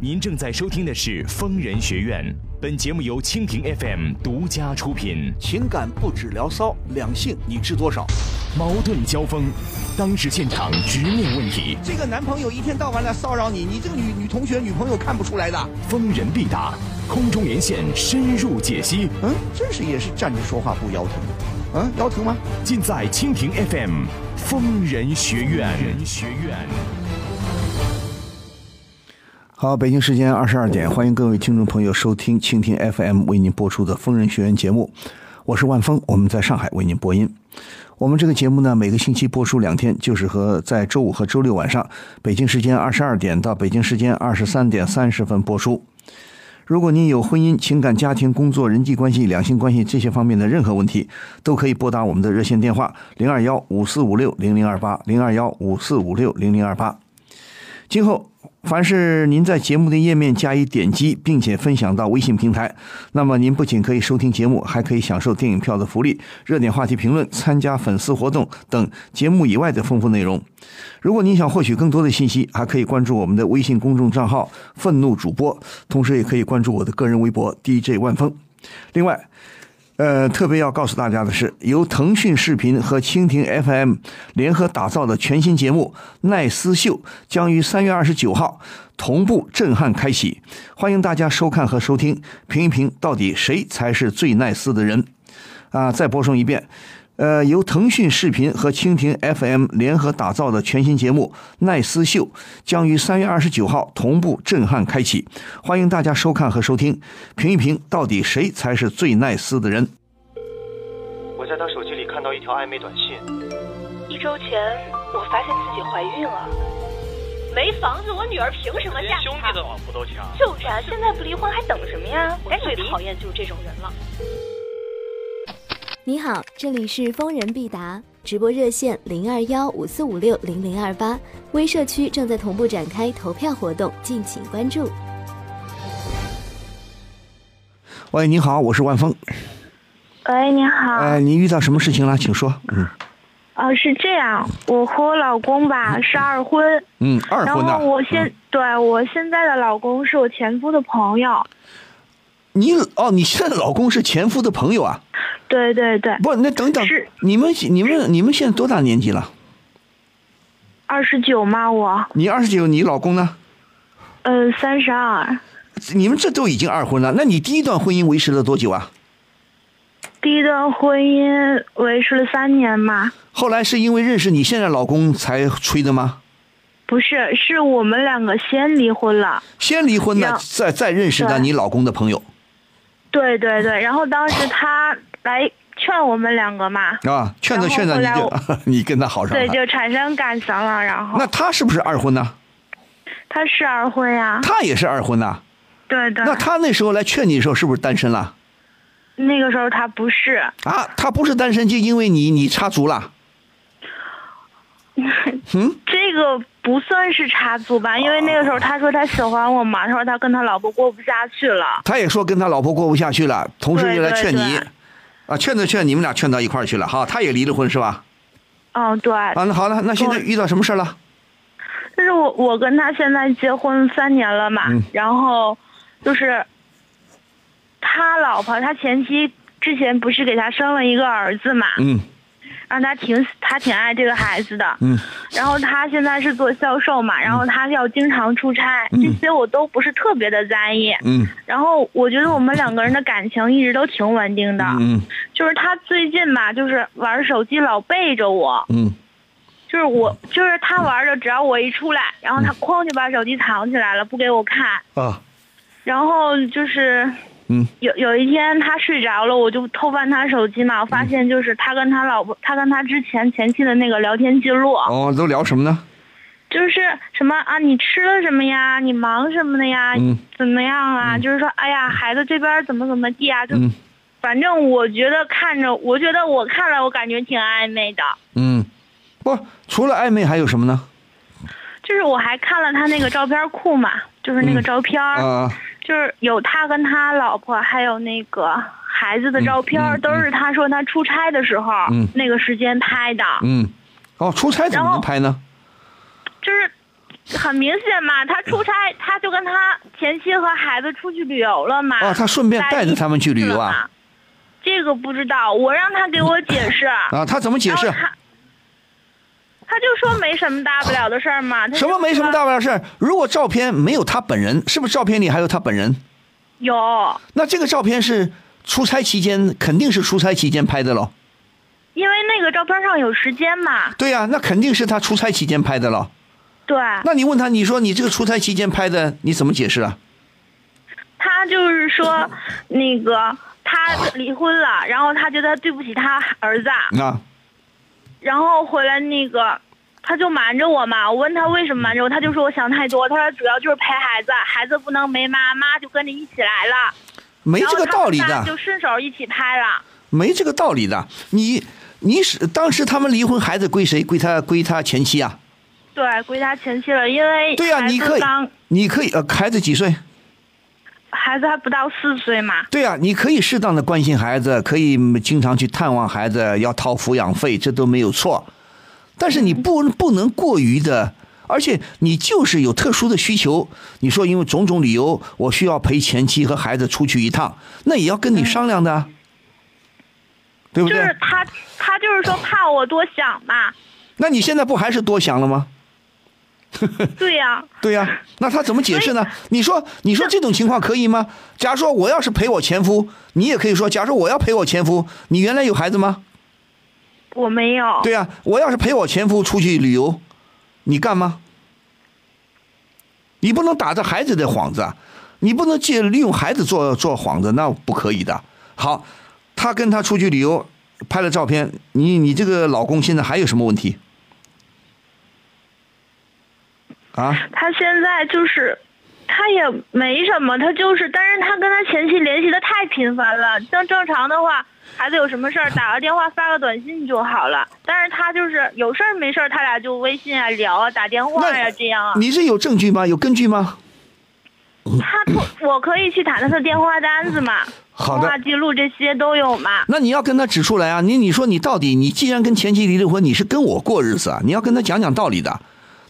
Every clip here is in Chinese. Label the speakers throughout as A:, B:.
A: 您正在收听的是《疯人学院》，本节目由蜻蜓 FM 独家出品。
B: 情感不止聊骚，两性你知多少？
A: 矛盾交锋，当事现场直面问题，
C: 这个男朋友一天到晚来骚扰你，你这个女女同学、女朋友看不出来的。
A: 疯人必答，空中连线深入解析，
C: 嗯，真是也是站着说话不腰疼。嗯，腰疼吗？
A: 尽在蜻蜓 FM《疯人学院》。人学院。
B: 好，北京时间二十二点，欢迎各位听众朋友收听蜻蜓 FM 为您播出的《疯人学院》节目，我是万峰，我们在上海为您播音。我们这个节目呢，每个星期播出两天，就是和在周五和周六晚上，北京时间二十二点到北京时间二十三点三十分播出。如果您有婚姻、情感、家庭、工作、人际关系、两性关系这些方面的任何问题，都可以拨打我们的热线电话零二幺五四五六零零二八零二幺五四五六零零二八。今后，凡是您在节目的页面加以点击，并且分享到微信平台，那么您不仅可以收听节目，还可以享受电影票的福利、热点话题评论、参加粉丝活动等节目以外的丰富内容。如果您想获取更多的信息，还可以关注我们的微信公众账号“愤怒主播”，同时也可以关注我的个人微博 “DJ 万峰”。另外，呃，特别要告诉大家的是，由腾讯视频和蜻蜓 FM 联合打造的全新节目《奈斯秀》将于三月二十九号同步震撼开启，欢迎大家收看和收听，评一评到底谁才是最奈斯的人。啊，再播送一遍。呃，由腾讯视频和蜻蜓 FM 联合打造的全新节目《奈斯秀》将于三月二十九号同步震撼开启，欢迎大家收看和收听，评一评到底谁才是最奈斯的人。
D: 我在她手机里看到一条暧昧短信，
E: 一周前，我发现自己怀孕了。没房子，我女儿凭什么嫁给他？
D: 往不都强。
E: 就是啊，现在不离婚还等什么呀？我最讨厌就是这种人了。
F: 你好，这里是疯人必答直播热线零二幺五四五六零零二八，微社区正在同步展开投票活动，敬请关注。
B: 喂，你好，我是万峰。
G: 喂，你好，
B: 哎、您遇到什么事情了？请说。嗯
G: 呃，是这样，我和我老公吧是二婚，
B: 嗯，二
G: 然
B: 婚的。
G: 后我现、
B: 嗯
G: 对我现在的老公是我前夫的朋友，
B: 你哦，你现在老公是前夫的朋友啊？
G: 对对对，
B: 不，那等等
G: 是，
B: 你们你们你们现在多大年纪了？
G: 二十九嘛我，
B: 你二十九，你老公呢？
G: 呃三十二，
B: 你们这都已经二婚了，那你第一段婚姻维持了多久啊？
G: 第一段婚姻维持了三年嘛，
B: 后来是因为认识你现在老公才吹的吗？
G: 不是，是我们两个先离婚了，
B: 先离婚的，
G: 呀
B: 再再认识的
G: 对
B: 你老公的朋友
G: 对对对，然后当时他来劝我们两个嘛，
B: 啊，劝着
G: 然后
B: 劝着
G: 后
B: 你
G: 来
B: 就 你跟他好上
G: 对，
B: 了。
G: 就产生感情了，然后
B: 那他是不是二婚呢？
G: 他是二婚呀，
B: 他也是二婚呐。
G: 对对，
B: 那他那时候来劝你的时候，是不是单身了？
G: 那个时候他不是，
B: 啊，他不是单身，就因为你你插足了。嗯，
G: 这个不算是插足吧，
B: 啊
G: 因为那个时候她说她喜欢我嘛，她说她跟她老婆过不下去了。
B: 他也说跟他老婆过不下去了，同时又来劝
G: 对
B: 你
G: 对对，
B: 啊，劝着劝你们俩劝到一块儿去了哈，他也离了婚是吧？
G: 嗯，对。
B: 啊，那好了，那现在
G: 对
B: 遇到什么事儿了？
G: 但是我我跟她现在结婚三年了嘛，
B: 嗯
G: 然后就是他老婆，他前妻之前不是给他生了一个儿子嘛，
B: 嗯
G: 让他挺他挺爱这个孩子的。
B: 嗯，
G: 然后他现在是做销售嘛，然后他要经常出差，
B: 嗯
G: 这些我都不是特别的在意。
B: 嗯
G: 然后我觉得我们两个人的感情一直都挺稳定的。
B: 嗯
G: 就是他最近吧，就是玩手机老背着我，
B: 嗯
G: 就是我就是他玩的，只要我一出来，然后他哐就把手机藏起来了，不给我看。
B: 嗯啊
G: 然后就是
B: 嗯
G: 有有一天他睡着了，我就偷翻他手机嘛，我
B: 嗯
G: 发现就是他跟他老婆，他跟他之前前妻的那个聊天记录，
B: 哦，都聊什么呢？
G: 就是什么啊，你吃了什么呀？你忙什么的呀？
B: 嗯
G: 怎么样啊？就是说，哎呀，孩子这边怎么怎么地啊？就、
B: 嗯
G: 反正我觉得看着，我觉得我看了，我感觉挺暧昧的。
B: 嗯，不，除了暧昧还有什么呢？
G: 就是我还看了他那个照片库嘛，就是那个照片儿，
B: 啊
G: 就是有他跟他老婆还有那个孩子的照片儿，
B: 嗯嗯
G: 都是他说他出差的时候、
B: 嗯
G: 那个时间拍的，
B: 嗯，哦，出差怎么能拍呢？
G: 就是很明显嘛，他出差，他就跟他前妻和孩子出去旅游了嘛。
B: 哦，他顺便带着他们去旅游
G: 在一起
B: 啊
G: 了？嘛？这个不知道，我让他给我解释。
B: 啊，他怎么解释
G: 然后？他他就说没什么大不了的事儿嘛。他就
B: 什么没什么大不了的事儿？如果照片没有他本人，是不是照片里还有他本人？
G: 有，
B: 那这个照片是出差期间，肯定是出差期间拍的喽。
G: 因为那个照片上有时间嘛。
B: 对呀、那肯定是他出差期间拍的喽。
G: 对，
B: 那你问他，你说你这个出差期间拍的，你怎么解释啊？
G: 他就是说，那个他离婚了，然后他觉得对不起他儿子，
B: 啊，
G: 然后回来那个。他就瞒着我嘛，我问他为什么瞒着我，他就说我想太多。他说主要就是陪孩子，孩子不能没妈，妈就跟着一起来了。
B: 没
G: 然
B: 这
G: 后
B: 个
G: 他
B: 道
G: 们
B: 理
G: 仨
B: 的。
G: 就顺手一起拍了。
B: 没这个道理的。你你是当时他们离婚，孩子归谁？归他归他前妻啊？
G: 对，归他前妻了，因为
B: 对呀、
G: 孩
B: 你
G: 子
B: 可以
G: 刚，
B: 你可以呃，孩子几岁？
G: 孩子还不到四岁嘛。
B: 对呀、你可以适当的关心孩子，可以嗯经常去探望孩子，要掏抚养费，这都没有错。但是你
G: 嗯
B: 不不能过于的，而且你就是有特殊的需求，你说因为种种理由，我需要陪前妻和孩子出去一趟，那也要跟你商量的啊，对不
G: 嗯就
B: 对？
G: 是他，他就是说怕我多想嘛。
B: 那你现在不还是多想了吗？
G: 对呀、
B: 对呀、那他怎么解释呢？你说，你说这种情况可以吗？假如说我要是陪我前夫，你也可以说，假如说我要陪我前夫，你原来有孩子吗？
G: 我没有。
B: 对呀、我要是陪我前夫出去旅游，你干吗？你不能打着孩子的幌子啊，你不能借利用孩子做做幌子，那不可以的。好，他跟他出去旅游，拍了照片，你你这个老公现在还有什么问题？啊？
G: 他现在就是，他也没什么，他就是，但是他跟他前妻联系的太频繁了。像正常的话，孩子有什么事儿打个电话、发个短信就好了。但是他就是有事儿没事儿，他俩就微信啊、聊啊、打电话呀、
B: 那
G: 这样啊。
B: 你是有证据吗？有根据吗？
G: 他不，我可以去打他的电话单子嘛，
B: 好的
G: 电话记录这些都有嘛。
B: 那你要跟他指出来啊！你你说你到底，你既然跟前妻离了婚，你是跟我过日子啊！你要跟他讲讲道理的。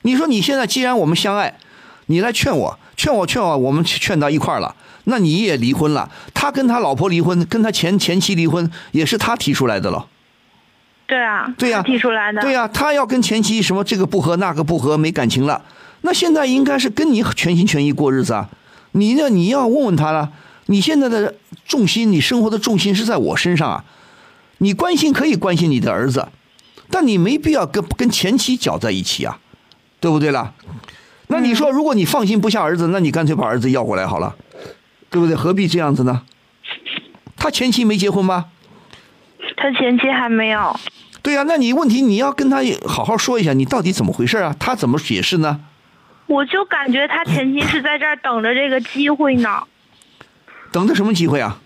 B: 你说你现在既然我们相爱，你来劝我，劝我，劝我，我们劝到一块儿了。那你也离婚了，他跟他老婆离婚，跟他前前妻离婚，也是他提出来的了。
G: 对啊，
B: 对呀、
G: 他提出来的。
B: 对呀、他要跟前妻什么这个不和那个不和，没感情了。那现在应该是跟你全心全意过日子啊。你呢？你要问问他了。你现在的重心，你生活的重心是在我身上啊。你关心可以关心你的儿子，但你没必要跟跟前妻搅在一起啊，对不对啦？那你
G: 嗯
B: 说，如果你放心不下儿子，那你干脆把儿子要过来好了，对不对？何必这样子呢？他前妻没结婚吗？
G: 他前妻还没有。
B: 对呀、那你问题你要跟他好好说一下，你到底怎么回事啊？他怎么解释呢？
G: 我就感觉他前妻是在这儿等着这个机会呢，
B: 等着什么机会啊？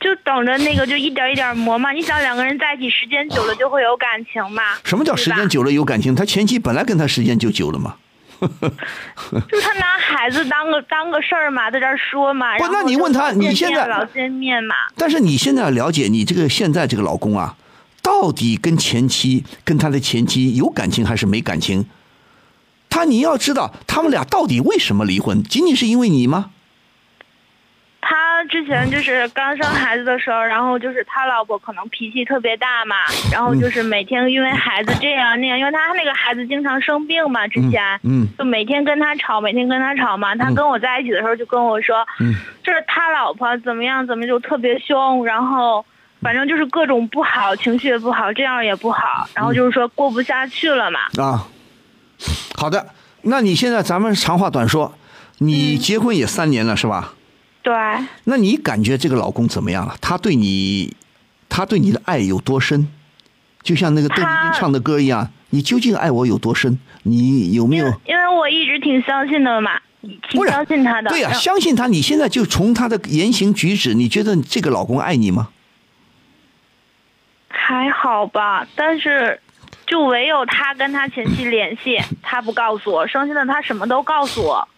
G: 就等着那个就一点一点磨嘛。你想两个人在一起时间久了就会有感情嘛？
B: 什么叫
G: 对
B: 时
G: 吧
B: 间？久了有感情？他前妻本来跟他时间就久了嘛。
G: 就他拿孩子当个当个事儿嘛，在这儿说嘛。
B: 不
G: 然后
B: 那你问他
G: 就
B: 你
G: 见
B: 现
G: 面
B: 在
G: 老见面嘛？
B: 但是你现在要了解你这个现在这个老公啊，到底跟前妻跟他的前妻有感情还是没感情？他你要知道他们俩到底为什么离婚？仅仅是因为你吗？
G: 他之前就是刚生孩子的时候，然后就是他老婆可能脾气特别大嘛，
B: 嗯
G: 然后就是每天因为孩子这样那样，因为他那个孩子经常生病嘛，之前，
B: 嗯
G: 就每天跟他吵，每天跟他吵嘛。他跟我在一起的时候就跟我说，
B: 嗯
G: 就是他老婆怎么样怎么就特别凶，然后反正就是各种不好，情绪也不好，这样也不好，
B: 嗯
G: 然后就是说过不下去了嘛。
B: 啊，好的，那你现在咱们长话短说，你结婚也三年了是吧？
G: 对，
B: 那你感觉这个老公怎么样了？他对你，他对你的爱有多深？就像那个邓丽
G: 他
B: 君唱的歌一样，你究竟爱我有多深？你有没有？
G: 因为我一直挺相信的嘛，
B: 不
G: 挺
B: 是
G: 相信他的。呃嗯
B: 对呀、
G: 然后
B: 相信他。你现在就从他的言行举止，你觉得这个老公爱你吗？
G: 还好吧，但是就唯有他跟他前妻联 系，他不告诉我，剩下的他什么都告诉我。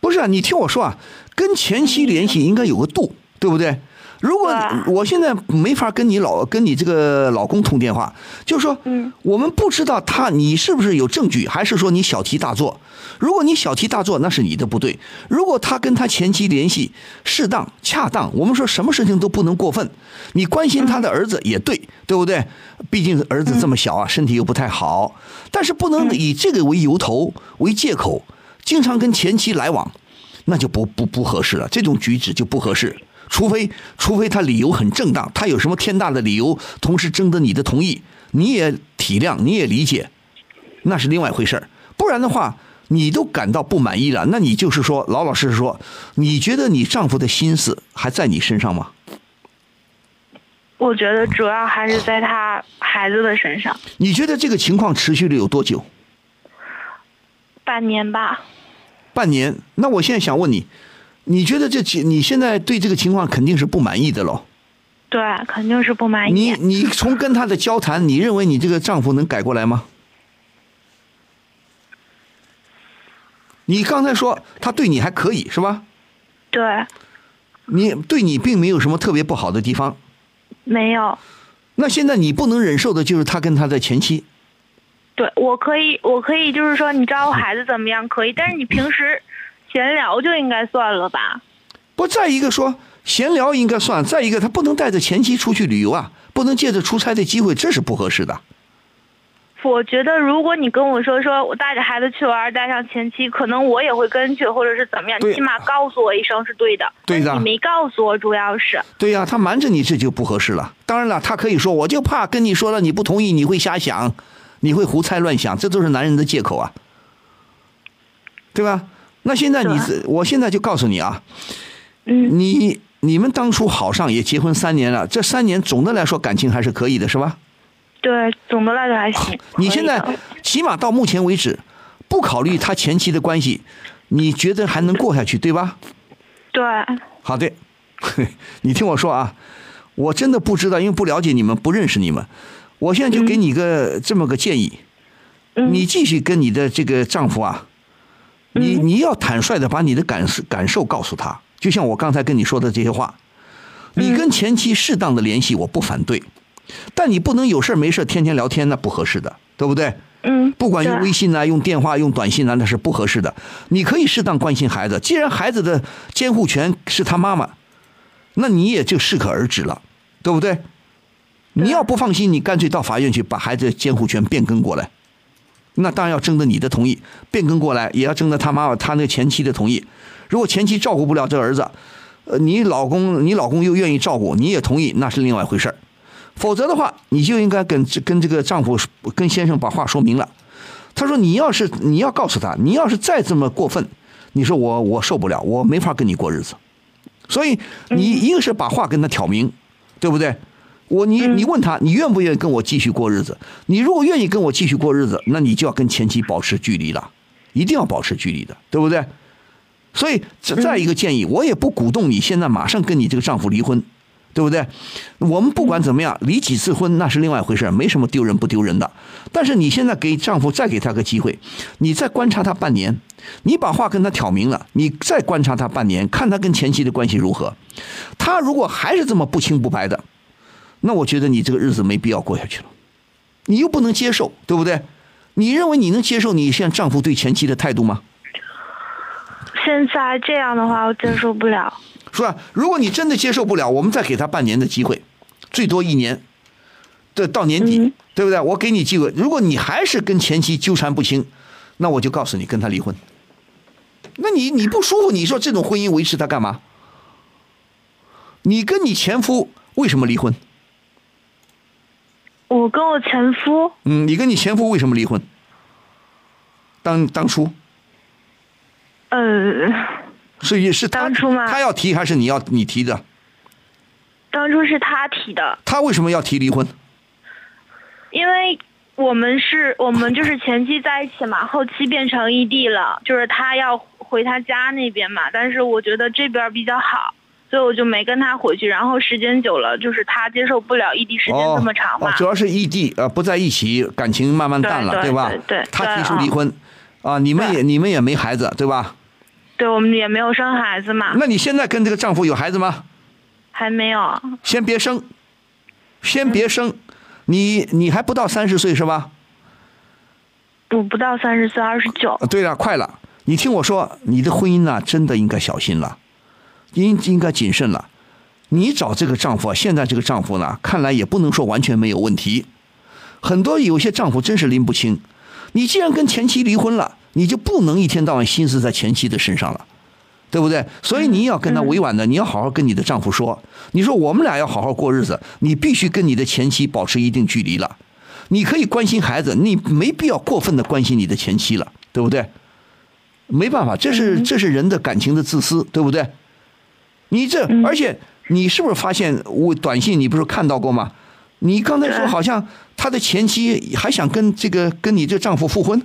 B: 不是啊，你听我说啊，跟前妻联系应该有个度，对不对？如果
G: 对
B: 我现在没法跟你老跟你这个老公通电话，就是说，
G: 嗯，
B: 我们不知道他你是不是有证据，还是说你小题大做。如果你小题大做，那是你的不对。如果他跟他前妻联系适当恰当，我们说什么事情都不能过分。你关心他的儿子也对，对不对？毕竟儿子这么小啊，身体又不太好，但是不能以这个为由头为借口，经常跟前妻来往。那就不不不合适了，这种举止就不合适。除非除非他理由很正当，他有什么天大的理由，同时征得你的同意，你也体谅，你也理解，那是另外一回事儿。不然的话，你都感到不满意了，那你就是说老老实实说，你觉得你丈夫的心思还在你身上吗？
G: 我觉得主要还是在他孩子的身上，
B: 你觉得这个情况持续了有多久？
G: 半年吧。
B: 半年？那我现在想问你，你觉得这情你现在对这个情况肯定是不满意的喽？
G: 对，肯定是不满
B: 你
G: 意。
B: 你从跟他的交谈，你认为你这个丈夫能改过来吗？你刚才说他对你还可以是吧？
G: 对，
B: 你对你并没有什么特别不好的地方。
G: 没有。
B: 那现在你不能忍受的就是他跟他的前妻，
G: 对，我可以，我可以，就是说，你照顾孩子怎么样可以，但是你平时闲聊就应该算了吧？
B: 不再一个说闲聊应该算，再一个他不能带着前妻出去旅游啊，不能借着出差的机会，这是不合适的。
G: 我觉得，如果你跟我说说我带着孩子去玩，带上前妻，可能我也会跟去，或者是怎么样，
B: 对
G: 你起码告诉我一声是对的。
B: 对的
G: 但是你没告诉我，主要是
B: 对呀、他瞒着你这就不合适了。当然了，他可以说我就怕跟你说了你不同意，你会瞎想，你会胡猜乱想，这都是男人的借口啊，对吧？那现在你
G: 对
B: 自，我现在就告诉你啊，
G: 啊嗯，
B: 你你们当初好上也结婚三年了，这三年总的来说感情还是可以的，是吧？
G: 对，总的来说还行。
B: 你现
G: 可以啊
B: 在
G: 的
B: 起码到目前为止，不考虑他前妻的关系，你觉得还能过下去，对吧？
G: 对
B: 好的， 你听我说啊，我真的不知道，因为不了解你们，不认识你们，我现在就给你个、这么个建议，
G: 嗯
B: 你继续跟你的这个丈夫啊，你你要坦率的把你的感受感受告诉他，就像我刚才跟你说的这些话，你跟前妻适当的联系，我不反对，但你不能有事儿没事儿天天聊天，那不合适的，对不对？
G: 嗯，
B: 不管用
G: 对
B: 微信呐、用电话、用短信呐、那是不合适的。你可以适当关心孩子，既然孩子的监护权是他妈妈，那你也就适可而止了，对不对？你要不放心，你干脆到法院去把孩子的监护权变更过来。那当然要征得你的同意，变更过来也要征得他妈妈、他那个前妻的同意。如果前妻照顾不了这儿子，呃，你老公你老公又愿意照顾，你也同意，那是另外一回事儿。否则的话，你就应该跟这跟这个丈夫跟先生把话说明了。他说：“你要是你要告诉他，你要是再这么过分，你说我我受不了，我没法跟你过日子。所以你一个是把话跟他挑明，对不对？我你你问他，你愿不愿意跟我继续过日子？你如果愿意跟我继续过日子，那你就要跟前妻保持距离了，一定要保持距离的，对不对？所以这再一个建议，我也不鼓动你现在马上跟你这个丈夫离婚，对不对？我们不管怎么样，离几次婚那是另外一回事，没什么丢人不丢人的。但是你现在给丈夫再给他个机会，你再观察他半年，你把话跟他挑明了，你再观察他半年，看他跟前妻的关系如何。他如果还是这么不清不白的，那我觉得你这个日子没必要过下去了。你又不能接受，对不对？你认为你能接受你现在丈夫对前妻的态度吗？
G: 现在这样的话，我接受不了。
B: 是吧？啊如果你真的接受不了，我们再给他半年的机会，最多一年，对，到年底，
G: 嗯
B: 对不对？我给你机会，如果你还是跟前妻纠缠不清，那我就告诉你跟他离婚。那你你不舒服，你说这种婚姻维持它干嘛？你跟你前夫为什么离婚？
G: 我跟我前夫，
B: 嗯，你跟你前夫为什么离婚？当当初
G: 呃，
B: 是是他
G: 当初吗
B: 他要提还是你要你提的？
G: 当初是他提的，
B: 他为什么要提离婚？
G: 因为我们是我们就是前期在一起嘛，后期变成异地了，就是他要回他家那边嘛，但是我觉得这边比较好，所以我就没跟他回去。然后时间久了，就是他接受不了异地时间这么长
B: 哦
G: 嘛
B: 哦，，主要是异地呃不在一起，感情慢慢淡了，
G: 对对
B: 吧？
G: 对对
B: 他
G: 对
B: 提出
G: 啊
B: 离婚，啊，你们
G: 对
B: 也你们也没孩子，对吧？
G: 对我们也没有生孩子嘛，
B: 那你现在跟这个丈夫有孩子吗？
G: 还没有，
B: 先别生，先别生，你你还不到三十岁是吧？
G: 不不到三十岁，二十九
B: 啊，。对了，快了，你听我说，你的婚姻呐，真的应该小心了，应应该谨慎了。你找这个丈夫啊，现在这个丈夫呢，看来也不能说完全没有问题，很多有些丈夫真是拎不清。你既然跟前妻离婚了，你就不能一天到晚心思在前妻的身上了。对不对？所以你要跟他委婉的，你要好好跟你的丈夫说，你说我们俩要好好过日子，你必须跟你的前妻保持一定距离了。你可以关心孩子，你没必要过分的关心你的前妻了，对不对？没办法，这是这是人的感情的自私，对不对？你这，而且你是不是发现我短信你不是看到过吗？你刚才说
G: 对
B: 好像他的前妻还想跟这个跟你这丈夫复婚，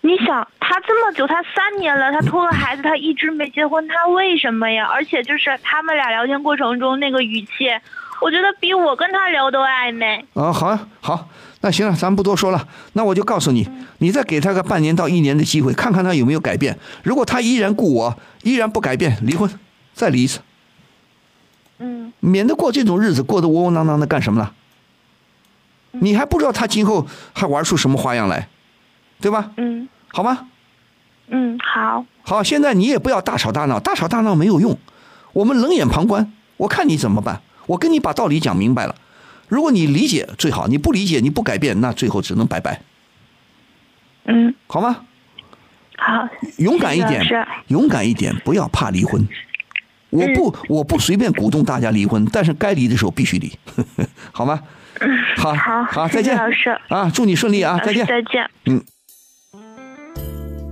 G: 你想，他这么久，他三年了，他拖个孩子，他一直没结婚，他为什么呀？而且就是他们俩聊天过程中那个语气，我觉得比我跟他聊都暧昧。
B: 啊，好啊，好，那行了，咱们不多说了。那我就告诉你，你再给他个半年到一年的机会，看看他有没有改变。如果他依然故我，依然不改变，离婚，再离一次，
G: 嗯，
B: 免得过这种日子过得窝窝囊囊的，干什么呢？你还不知道他今后还玩出什么花样来，对吧？
G: 嗯
B: 好吗？
G: 嗯，好，
B: 好，现在你也不要大吵大闹，大吵大闹没有用，我们冷眼旁观，我看你怎么办。我跟你把道理讲明白了，如果你理解最好，你不理解你不改变，那最后只能拜拜。
G: 嗯
B: 好吗？
G: 好，
B: 勇敢一点
G: 是的是，
B: 勇敢一点，不要怕离婚。我不，
G: 嗯
B: 我不随便鼓动大家离婚，但是该离的时候必须离， 好吗？好，
G: 嗯好
B: 好，
G: 谢谢
B: 再见，
G: 老师嗯
B: 啊，祝你顺利啊，再见，
G: 再见。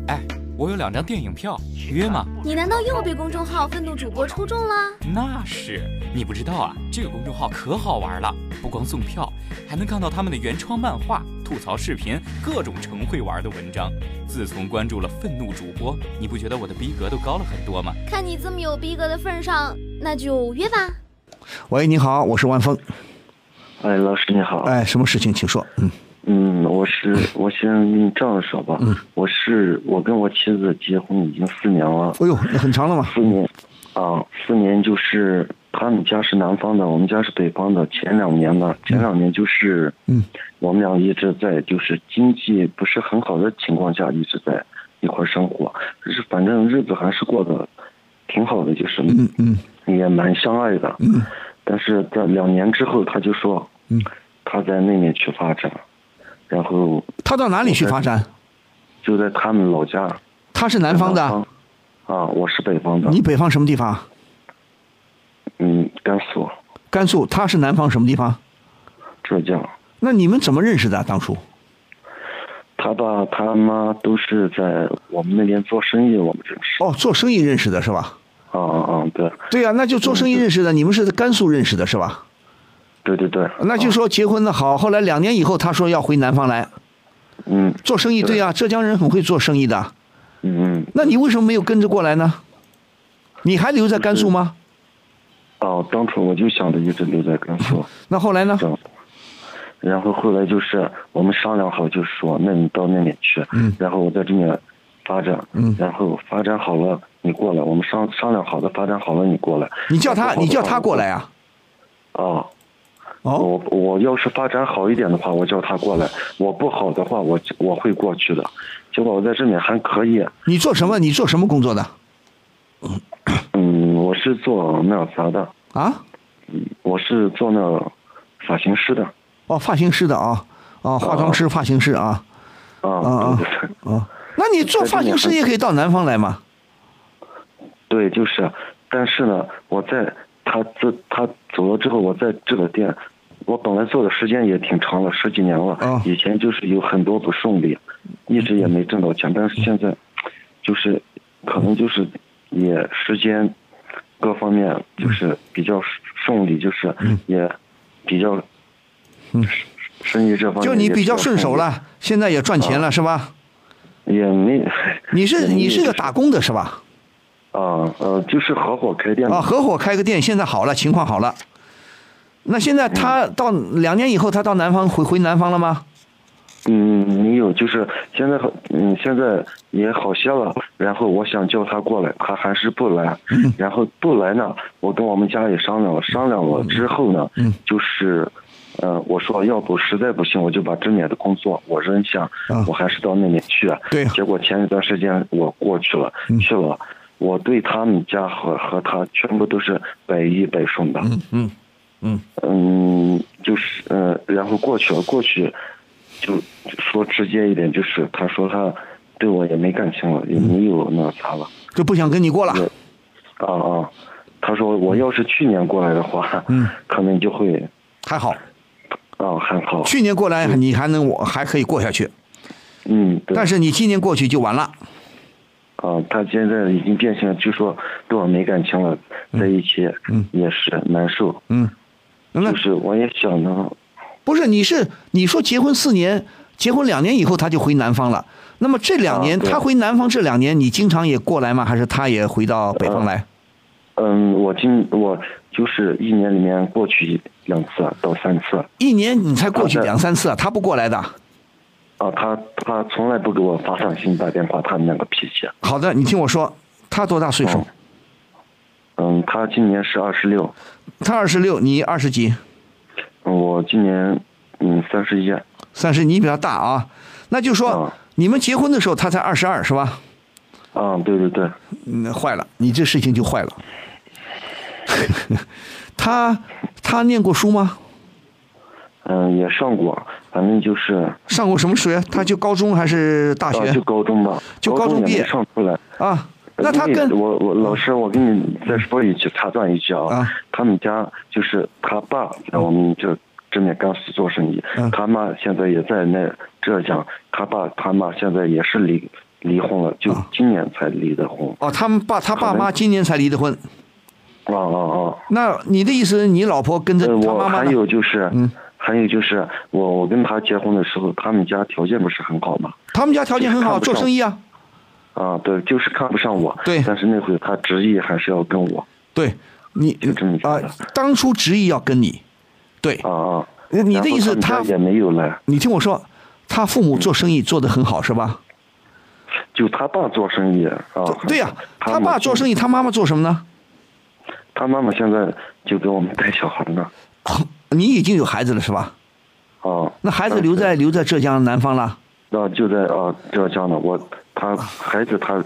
H: 哎，我有两张电影票，约吗？
F: 你难道又被公众号“愤怒主播”抽中了？
H: 那是，你不知道啊，这个公众号可好玩了，不光送票，还能看到他们的原创漫画、吐槽视频、各种成会玩的文章。自从关注了愤怒主播，你不觉得我的逼格都高了很多吗？
F: 看你这么有逼格的份上，那就约吧。
B: 喂，你好，我是万峰，
I: 哎，老师你好。
B: 哎，什么事情请说，嗯，
I: 嗯，我是我先跟你这样说吧。嗯，我是我跟我妻子结婚已经四年了，
B: 哎呦，那很长了嘛，
I: 四年啊，四年就是他们家是南方的，我们家是北方的。前两年呢，前两年就是
B: 嗯，
I: 我们俩一直在就是经济不是很好的情况下一直在一块儿生活，就是反正日子还是过得挺好的，就是
B: 嗯嗯
I: 也蛮相爱的。
B: 嗯
I: 但是在两年之后，他就说
B: 嗯，
I: 他在那面去发展，然后
B: 他到哪里去发展？
I: 就在他们老家。
B: 他是南方的，
I: 啊，我是北方的。
B: 你北方什么地方？
I: 嗯，甘肃、
B: 甘肃，他是南方什么地方？
I: 浙江，
B: 那你们怎么认识的啊？当初
I: 他爸他妈都是在我们那边做生意，我们认识。
B: 哦，做生意认识的是吧？
I: 啊啊啊！对，
B: 对呀、那就做生意认识的，你们是在甘肃认识的是吧？
I: 对对对。
B: 那就说结婚的好，后来两年以后，他说要回南方来
I: 嗯
B: 做生意。对呀、浙江人很会做生意的。
I: 嗯嗯。
B: 那你为什么没有跟着过来呢？你还留在甘肃吗？
I: 哦，当初我就想着一直留在甘肃。
B: 那后来呢？
I: 这样然后后来就是我们商量好，就说那你到那里去，
B: 嗯
I: 然后我在这里发展，
B: 嗯
I: 然后发展好了你过来，我们商商量好的发展好了你过来。
B: 你叫他，
I: 然后
B: 你叫他过来
I: 啊？
B: 啊？
I: 啊，
B: 哦，
I: 我我要是发展好一点的话，我叫他过来；我不好的话，我我会过去的。结果我在这里还可以，
B: 你做什么？你做什么工作的？
I: 嗯，我是做那啥的，
B: 啊？
I: 我是做那发型师的
B: 哦，发型师的啊，哦，化妆师、发型师啊，
I: 啊，
B: 啊
I: 对对对。
B: 啊。那你做发型师也可以到南方来嘛？
I: 对，就是，啊但是呢，我在他这他走了之后，我在这个店，我本来做的时间也挺长了，十几年了。
B: 哦
I: 以前就是有很多不顺利，一直也没挣到钱，但是现在，就是，可能就是也时间，各方面就是比较顺利，就是也比较，
B: 嗯
I: 生意这方
B: 哦
I: 面
B: 就你
I: 也
B: 比较顺手
I: 顺利，
B: 了，现在也赚钱了是吧？
I: 也没。
B: 你是
I: 也没
B: 哦你是
I: 就
B: 个打工的是吧？
I: 啊呃，就是合伙开店
B: 啊，合伙开个店，现在好了，情况好了。嗯那现在他到两年以后，他到南方回回南方了吗？
I: 嗯，没有，就是现在好，嗯，现在也好些了。然后我想叫他过来，他还是不来。然后不来呢，我跟我们家里商量了，商量了之后呢，
B: 嗯
I: 就是，呃，我说要不实在不行，我就把这面的工作我扔下，
B: 啊
I: 我还是到那里去啊。
B: 对啊嗯
I: 结果前一段时间我过去了，去了，我对他们家和和他全部都是百依百顺的。
B: 嗯嗯嗯
I: 嗯，就是呃，然后过去了，过去就就说直接一点，就是他说他对我也没感情了，也没有那啥了，
B: 就不想跟你过了。
I: 啊啊，他说我要是去年过来的话，
B: 嗯，
I: 可能就会
B: 还好，
I: 啊还好，
B: 去年过来你还能我还可以过下去，
I: 嗯，对
B: 但是你今年过去就完了。
I: 啊，他现在已经变性，就说对我没感情了，在一起
B: 嗯
I: 也是难受，
B: 嗯，那
I: 就是我也想呢，
B: 不是你是你说结婚四年，结婚两年以后他就回南方了。那么这两年、
I: 啊对
B: 他回南方这两年，你经常也过来吗？还是他也回到北方
I: 啊
B: 来？
I: 嗯，我今我就是一年里面过去一两次到三次。
B: 一年你才过去
I: 啊对
B: 两三次啊，他不过来的。
I: 啊，他他从来不给我发短信、打电话，他那个脾气。啊
B: 好的，你听我说，他多大岁数
I: 哦？嗯，他今年是二十六，
B: 他二十六，你二十几？
I: 我今年嗯三十一。
B: 算是你比他大啊。那就说、
I: 啊
B: 你们结婚的时候他才二十二是吧？
I: 啊，对对对，
B: 嗯，坏了，你这事情就坏了。 他他念过书吗？
I: 嗯，也上过，反正就是啊，
B: 上过什么学？他就高中还是大学
I: 就高中吧，
B: 就高
I: 高
B: 中
I: 也
B: 毕业
I: 没上出来。
B: 啊？那他
I: 因为
B: 跟
I: 呃
B: 嗯
I: 我我老师，我跟你再说一句，插断一句啊，
B: 啊
I: 他们家就是他爸在我们这这面甘肃做生意，
B: 嗯
I: 他妈现在也在那浙江，他爸他妈现在也是离离婚了，就
B: 啊
I: 今年才离的婚。
B: 哦，他们爸他爸
I: 可能
B: 妈今年才离的婚。
I: 啊啊啊！
B: 那你的意思，你老婆跟着
I: 呃，
B: 他
I: 我
B: 妈妈
I: 还
B: 呢？
I: 有就是，
B: 嗯
I: 还有就是，我我跟他结婚的时候，他们家条件不是很好嘛，
B: 他们家条件很好，
I: 看不上
B: 做生意啊。
I: 啊，对，就是看不上我，
B: 对
I: 但是那会他执意还是要跟我，
B: 对，你
I: 就这么
B: 啊、
I: 觉得
B: 当初执意要跟你，对，
I: 啊啊，
B: 你你的
I: 然后
B: 意思
I: 他
B: 他
I: 们家也没有来，
B: 你听我说，他父母做
I: 嗯
B: 生意做得很好是吧？
I: 就他爸做生意啊，
B: 对呀、
I: 他
B: 他爸
I: 母
B: 做
I: 亲
B: 生意，他妈妈做什么呢？
I: 他妈妈现在就给我们带小孩呢，
B: 你已经有孩子了是吧？
I: 啊，
B: 那孩子留在留在浙江南方了，
I: 啊就在啊浙江呢，我
B: 啊
I: 他孩子他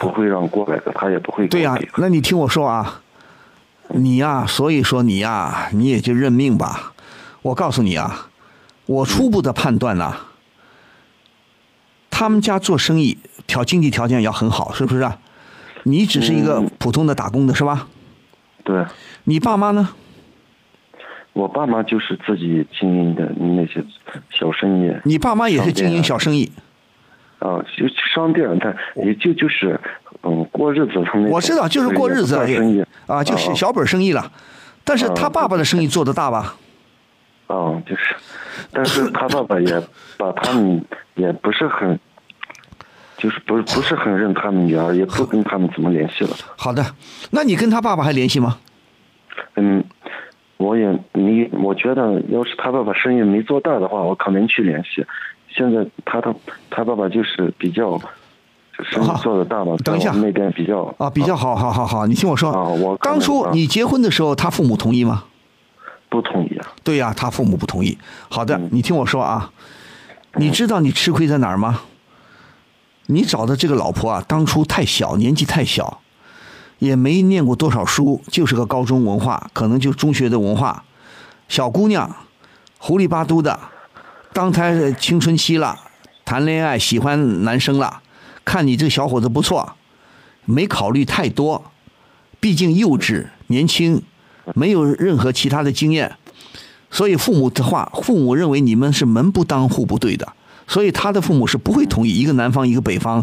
I: 不会让过来的，他也不会
B: 对呀、
I: 给我给
B: 那你听我说啊，你呀、所以说你呀、你也就认命吧。我告诉你啊，我初步的判断呐、他们家做生意条经济条件要很好，是不是、啊？你只是一个
I: 嗯
B: 普通的打工的，是吧？
I: 对。
B: 你爸妈呢？
I: 我爸妈就是自己经营的那些小生意，
B: 你爸妈也是经营小生意，
I: 啊，就商店，但也就就是嗯过日子他们。
B: 我知道，就是过日子
I: 做
B: 而
I: 生
B: 已
I: 意哦
B: 啊，就是小本生意了。但是他爸爸的生意做得大吧？
I: 啊啊，就是，但是他爸爸 也把他们也不是很，就是不不是很认他们女儿，也不跟他们怎么联系了。
B: 好的，那你跟他爸爸还联系吗？
I: 嗯，我也没，我觉得要是他爸爸生意没做大的话，我可能去联系。现在他他他爸爸就是比较生意做得大嘛，
B: 啊等一下
I: 在我们那边比较
B: 啊，比较好，好，好，好，你听我说，
I: 啊我可
B: 当
I: 能
B: 初
I: 啊
B: 你结婚的时候，他父母同意吗？
I: 不同意啊。
B: 对呀、他父母不同意。好的，你听我说啊，你知道你吃亏在哪儿吗？你找的这个老婆啊，当初太小，年纪太小，也没念过多少书，就是个高中文化，可能就中学的文化。小姑娘，糊里巴嘟的，当她呃青春期了，谈恋爱喜欢男生了，看你这个小伙子不错，没考虑太多，毕竟幼稚年轻，没有任何其他的经验。所以父母的话，父母认为你们是门不当户不对的，所以他的父母是不会同意一个南方一个北方，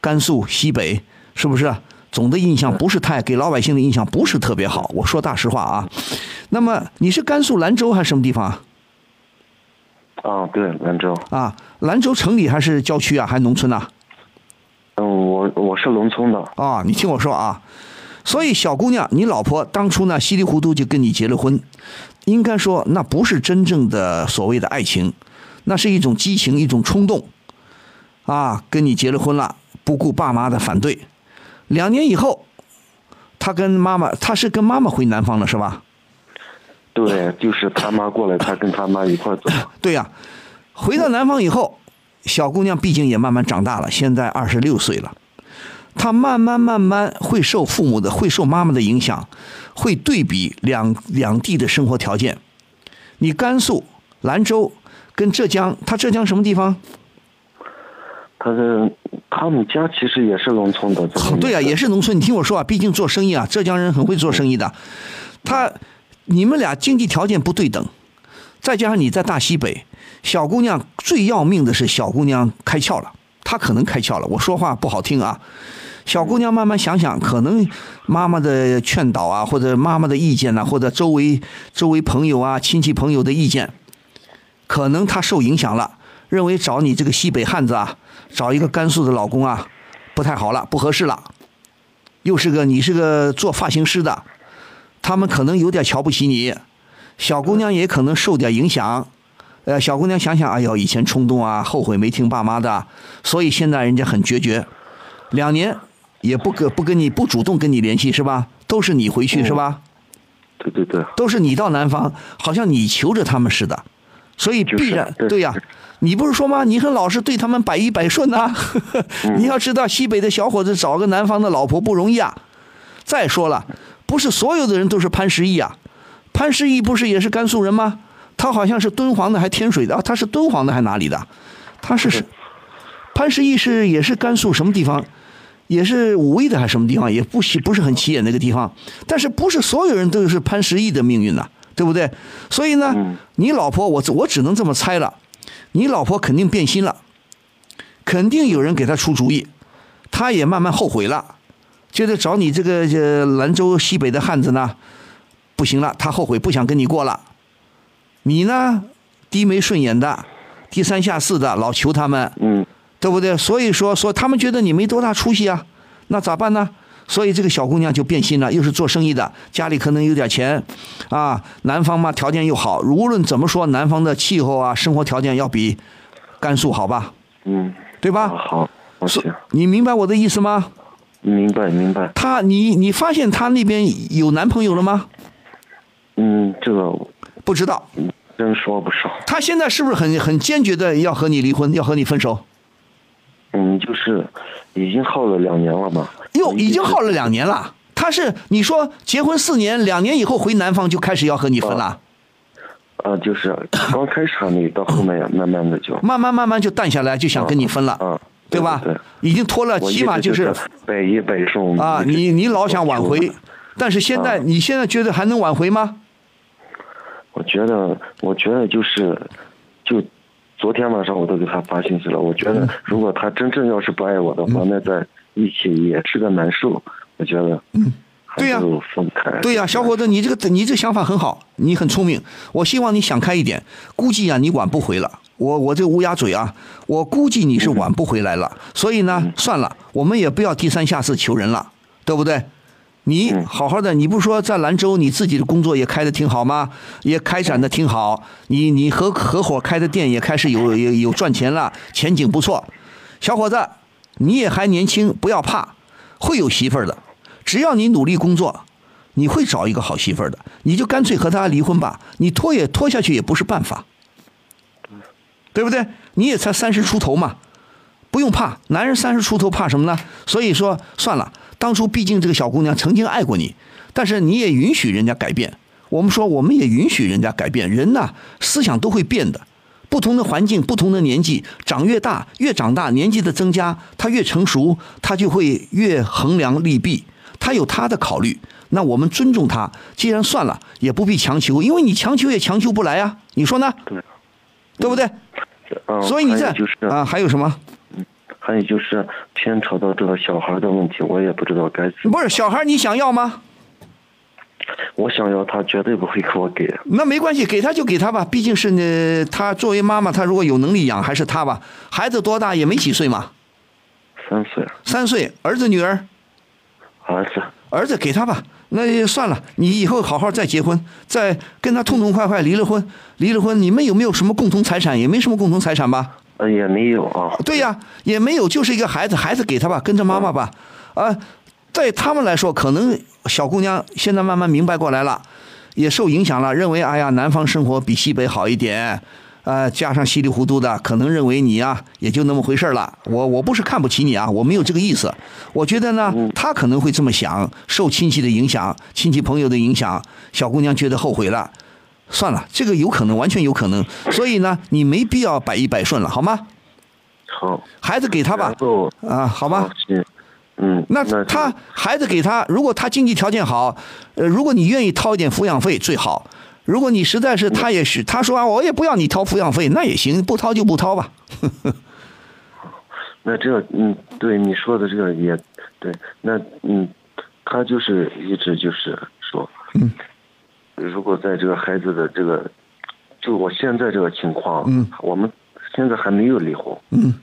B: 甘肃西北是不是？总的印象不是太给老百姓的印象不是特别好。我说大实话啊，那么你是甘肃兰州还是什么地方啊
I: 啊，对，兰州。
B: 啊？兰州城里还是郊区啊？还是农村呐、
I: 嗯，我我是农村的，
B: 啊，你听我说啊，所以小姑娘，你老婆当初呢稀里糊涂就跟你结了婚，应该说那不是真正的所谓的爱情，那是一种激情，一种冲动，啊，跟你结了婚了，不顾爸妈的反对。两年以后，他跟妈妈，他是跟妈妈回南方了，是吧？
I: 对，就是他妈过来，他跟他妈一块儿走。
B: 对呀、回到南方以后，小姑娘毕竟也慢慢长大了，现在二十六岁了，她慢慢慢慢会受父母的、会受妈妈的影响，会对比两两地的生活条件。你甘肃兰州跟浙江，她浙江什么地方？
I: 他是他们家其实也是农村的，这么一
B: 哦对呀、
I: 个
B: 也是农村。你听我说啊，毕竟做生意啊，浙江人很会做生意的。他，你们俩经济条件不对等，再加上你在大西北，小姑娘最要命的是小姑娘开窍了，她可能开窍了。我说话不好听啊，小姑娘慢慢想想，可能妈妈的劝导啊，或者妈妈的意见呐、啊或者周围周围朋友啊、亲戚朋友的意见，可能她受影响了，认为找你这个西北汉子啊，找一个甘肃的老公啊，不太好了，不合适了。又是个你是个做发型师的，他们可能有点瞧不起你，小姑娘也可能受点影响。呃，小姑娘想想，哎呦，以前冲动啊，后悔没听爸妈的，所以现在人家很决绝，两年也不跟不跟你不主动跟你联系是吧？都是你回去是吧？
I: 对对对，
B: 都是你到南方，好像你求着他们似的，所以必然、
I: 就是对
B: 对呀、你不是说吗？你很老实，对他们百依百顺呐、
I: 嗯
B: 你要知道，西北的小伙子找个南方的老婆不容易啊。再说了，不是所有的人都是潘石屹啊。潘石屹不是也是甘肃人吗？他好像是敦煌的，还天水的啊？他是敦煌的还哪里的？他是潘石屹是也是甘肃什么地方？也是武威的还是什么地方？也不起不是很起眼那个地方。但是不是所有人都是潘石屹的命运呐、对不对？所以呢，你老婆我只我只能这么猜了，你老婆肯定变心了，肯定有人给她出主意，她也慢慢后悔了，觉得找你这个呃兰州西北的汉子呢，不行了，她后悔不想跟你过了。你呢，低眉顺眼的，低三下四的，老求他们，
I: 嗯，
B: 对不对？所以说说他们觉得你没多大出息啊，那咋办呢？所以这个小姑娘就变心了，又是做生意的，家里可能有点钱，啊，南方嘛条件又好，无论怎么说，南方的气候啊，生活条件要比甘肃好吧，
I: 嗯，
B: 对吧？
I: 啊好，好
B: 是
I: 行，
B: 你明白我的意思吗？
I: 明白明白，
B: 她，你你发现她那边有男朋友了吗？
I: 嗯，这个
B: 不知道，
I: 真说不上，
B: 她现在是不是很很坚决的要和你离婚，要和你分手？
I: 嗯，就是已经耗了两年了嘛，
B: 哟，已经耗了两年了。他是你说结婚四年，两年以后回南方就开始要和你分
I: 哦
B: 了，
I: 啊，就是刚开始还没，到后面也啊
B: 嗯
I: 慢慢的就，
B: 慢慢慢慢就淡下来，就想跟你分了，
I: 啊，
B: 对吧
I: 对，？
B: 已经拖了，
I: 我一
B: 起码
I: 直
B: 就是
I: 百依百顺
B: 啊，
I: 一直
B: 你你老想挽回，但是现在
I: 啊
B: 你现在觉得还能挽回吗？
I: 我觉得，我觉得就是，就昨天晚上我都给他发信息了。我觉
B: 嗯
I: 得，如果他真正要是不爱我的话，那在一起也是个难受。我觉得，嗯，
B: 对呀
I: 分开。
B: 对呀、小伙子，你这个你这想法很好，你很聪明。我希望你想开一点，估计啊，你挽不回了。我我这乌鸦嘴啊，我估计你是挽不回来了。所以呢，算了，我们也不要低三下四求人了，对不对？你好好的，你不说在兰州你自己的工作也开的挺好吗？也开展的挺好，你你合合伙开的店也开始有有有赚钱了，前景不错。小伙子，你也还年轻，不要怕，会有媳妇儿的。只要你努力工作，你会找一个好媳妇儿的。你就干脆和他离婚吧，你拖也拖下去也不是办法，对不对？你也才三十出头嘛，不用怕。男人三十出头怕什么呢？所以说算了，当初毕竟这个小姑娘曾经爱过你，但是你也允许人家改变。我们说，我们也允许人家改变。人呐、思想都会变的。不同的环境、不同的年纪，长越大，越长大，年纪的增加，他越成熟，他就会越衡量利弊，他有他的考虑。那我们尊重他，既然算了，也不必强求，因为你强求也强求不来啊，你说呢？
I: 对，
B: 对不对？
I: 嗯，
B: 所以你
I: 还
B: 在
I: 有就是，
B: 啊，还有什么？
I: 还有就是牵扯到这个小孩的问题，我也不知道该怎么。
B: 不是小孩，你想要吗？
I: 我想要他绝对不会给我给。
B: 那没关系，给他就给他吧，毕竟是呢，他作为妈妈，他如果有能力养，还是他吧。孩子多大也没几岁嘛，
I: 三岁
B: 三岁，儿子女儿
I: 儿子，
B: 儿子给他吧，那就算了，你以后好好再结婚，再跟他痛痛快快离了婚，离了婚，你们有没有什么共同财产？也没什么共同财产吧？
I: 呃，也没有啊。
B: 对呀、也没有，就是一个孩子，孩子给他吧，跟着妈妈吧，啊，在他们来说，可能小姑娘现在慢慢明白过来了，也受影响了，认为哎呀，南方生活比西北好一点，呃，加上稀里糊涂的，可能认为你呀、也就那么回事儿了。我我不是看不起你啊，我没有这个意思。我觉得呢，她可能会这么想，受亲戚的影响，亲戚朋友的影响，小姑娘觉得后悔了。算了，这个有可能，完全有可能。所以呢，你没必要百依百顺了，好吗？
I: 好，
B: 孩子给他吧
I: 然，后
B: 啊，好吧。
I: 是，嗯，
B: 那
I: 那
B: 他孩子给他，如果他经济条件好，呃，如果你愿意掏一点抚养费最好。如果你实在是他也许他说啊，我也不要你掏抚养费，那也行，不掏就不掏吧。
I: 那这嗯，对你说的这个也对，那嗯，他就是一直就是说，
B: 嗯，
I: 如果在这个孩子的这个，就我现在这个情况，
B: 嗯，
I: 我们现在还没有离婚，
B: 嗯，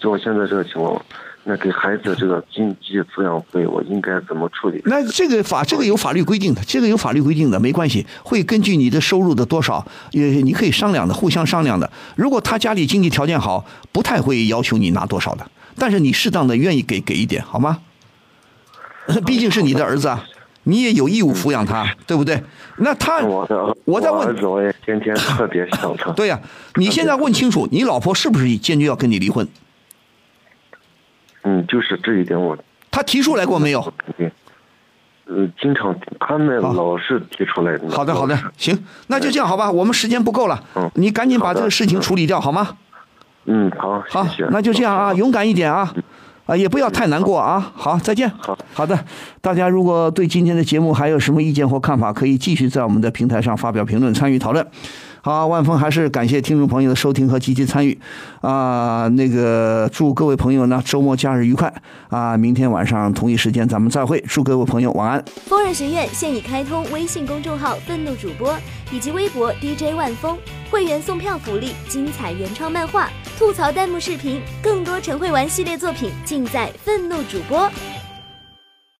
I: 就我现在这个情况，那给孩子这个经济抚养费，我应该怎么处理？
B: 那这个法这个有法律规定的，这个有法律规定的，没关系，会根据你的收入的多少，也你可以商量的，互相商量的。如果他家里经济条件好，不太会要求你拿多少的，但是你适当的愿意给给一点，好吗？ 毕竟是你的儿子啊，你也有义务抚养他，对不对？那他
I: 我的儿
B: 我在
I: 儿
B: 问
I: 子，我也天天特别想 他。
B: 对呀、你现在问清楚，你老婆是不是坚决要跟你离婚？
I: 嗯，就是这一点我
B: 她提出来过没有？
I: 肯定，呃，经常他们
B: 好
I: 老是提出来的。
B: 好的，好的
I: 老是，
B: 行，那就这样好吧，我们时间不够了
I: 嗯，
B: 你赶紧把这个事情
I: 好的
B: 处理掉好吗？
I: 嗯，好，
B: 好
I: 谢谢，
B: 那就这样啊，勇敢一点啊，啊，也不要太难过啊。好，再见。
I: 好
B: 好的，大家如果对今天的节目还有什么意见或看法，可以继续在我们的平台上发表评论，参与讨论。好，万峰还是感谢听众朋友的收听和积极参与，啊、那个祝各位朋友呢周末假日愉快啊、明天晚上同一时间咱们再会，祝各位朋友晚安。
F: 疯人学院现已开通微信公众号“愤怒主播”以及微博 DJ 万峰，会员送票福利、精彩原创漫画、吐槽弹幕视频，更多陈慧玩系列作品尽在“愤怒主播”。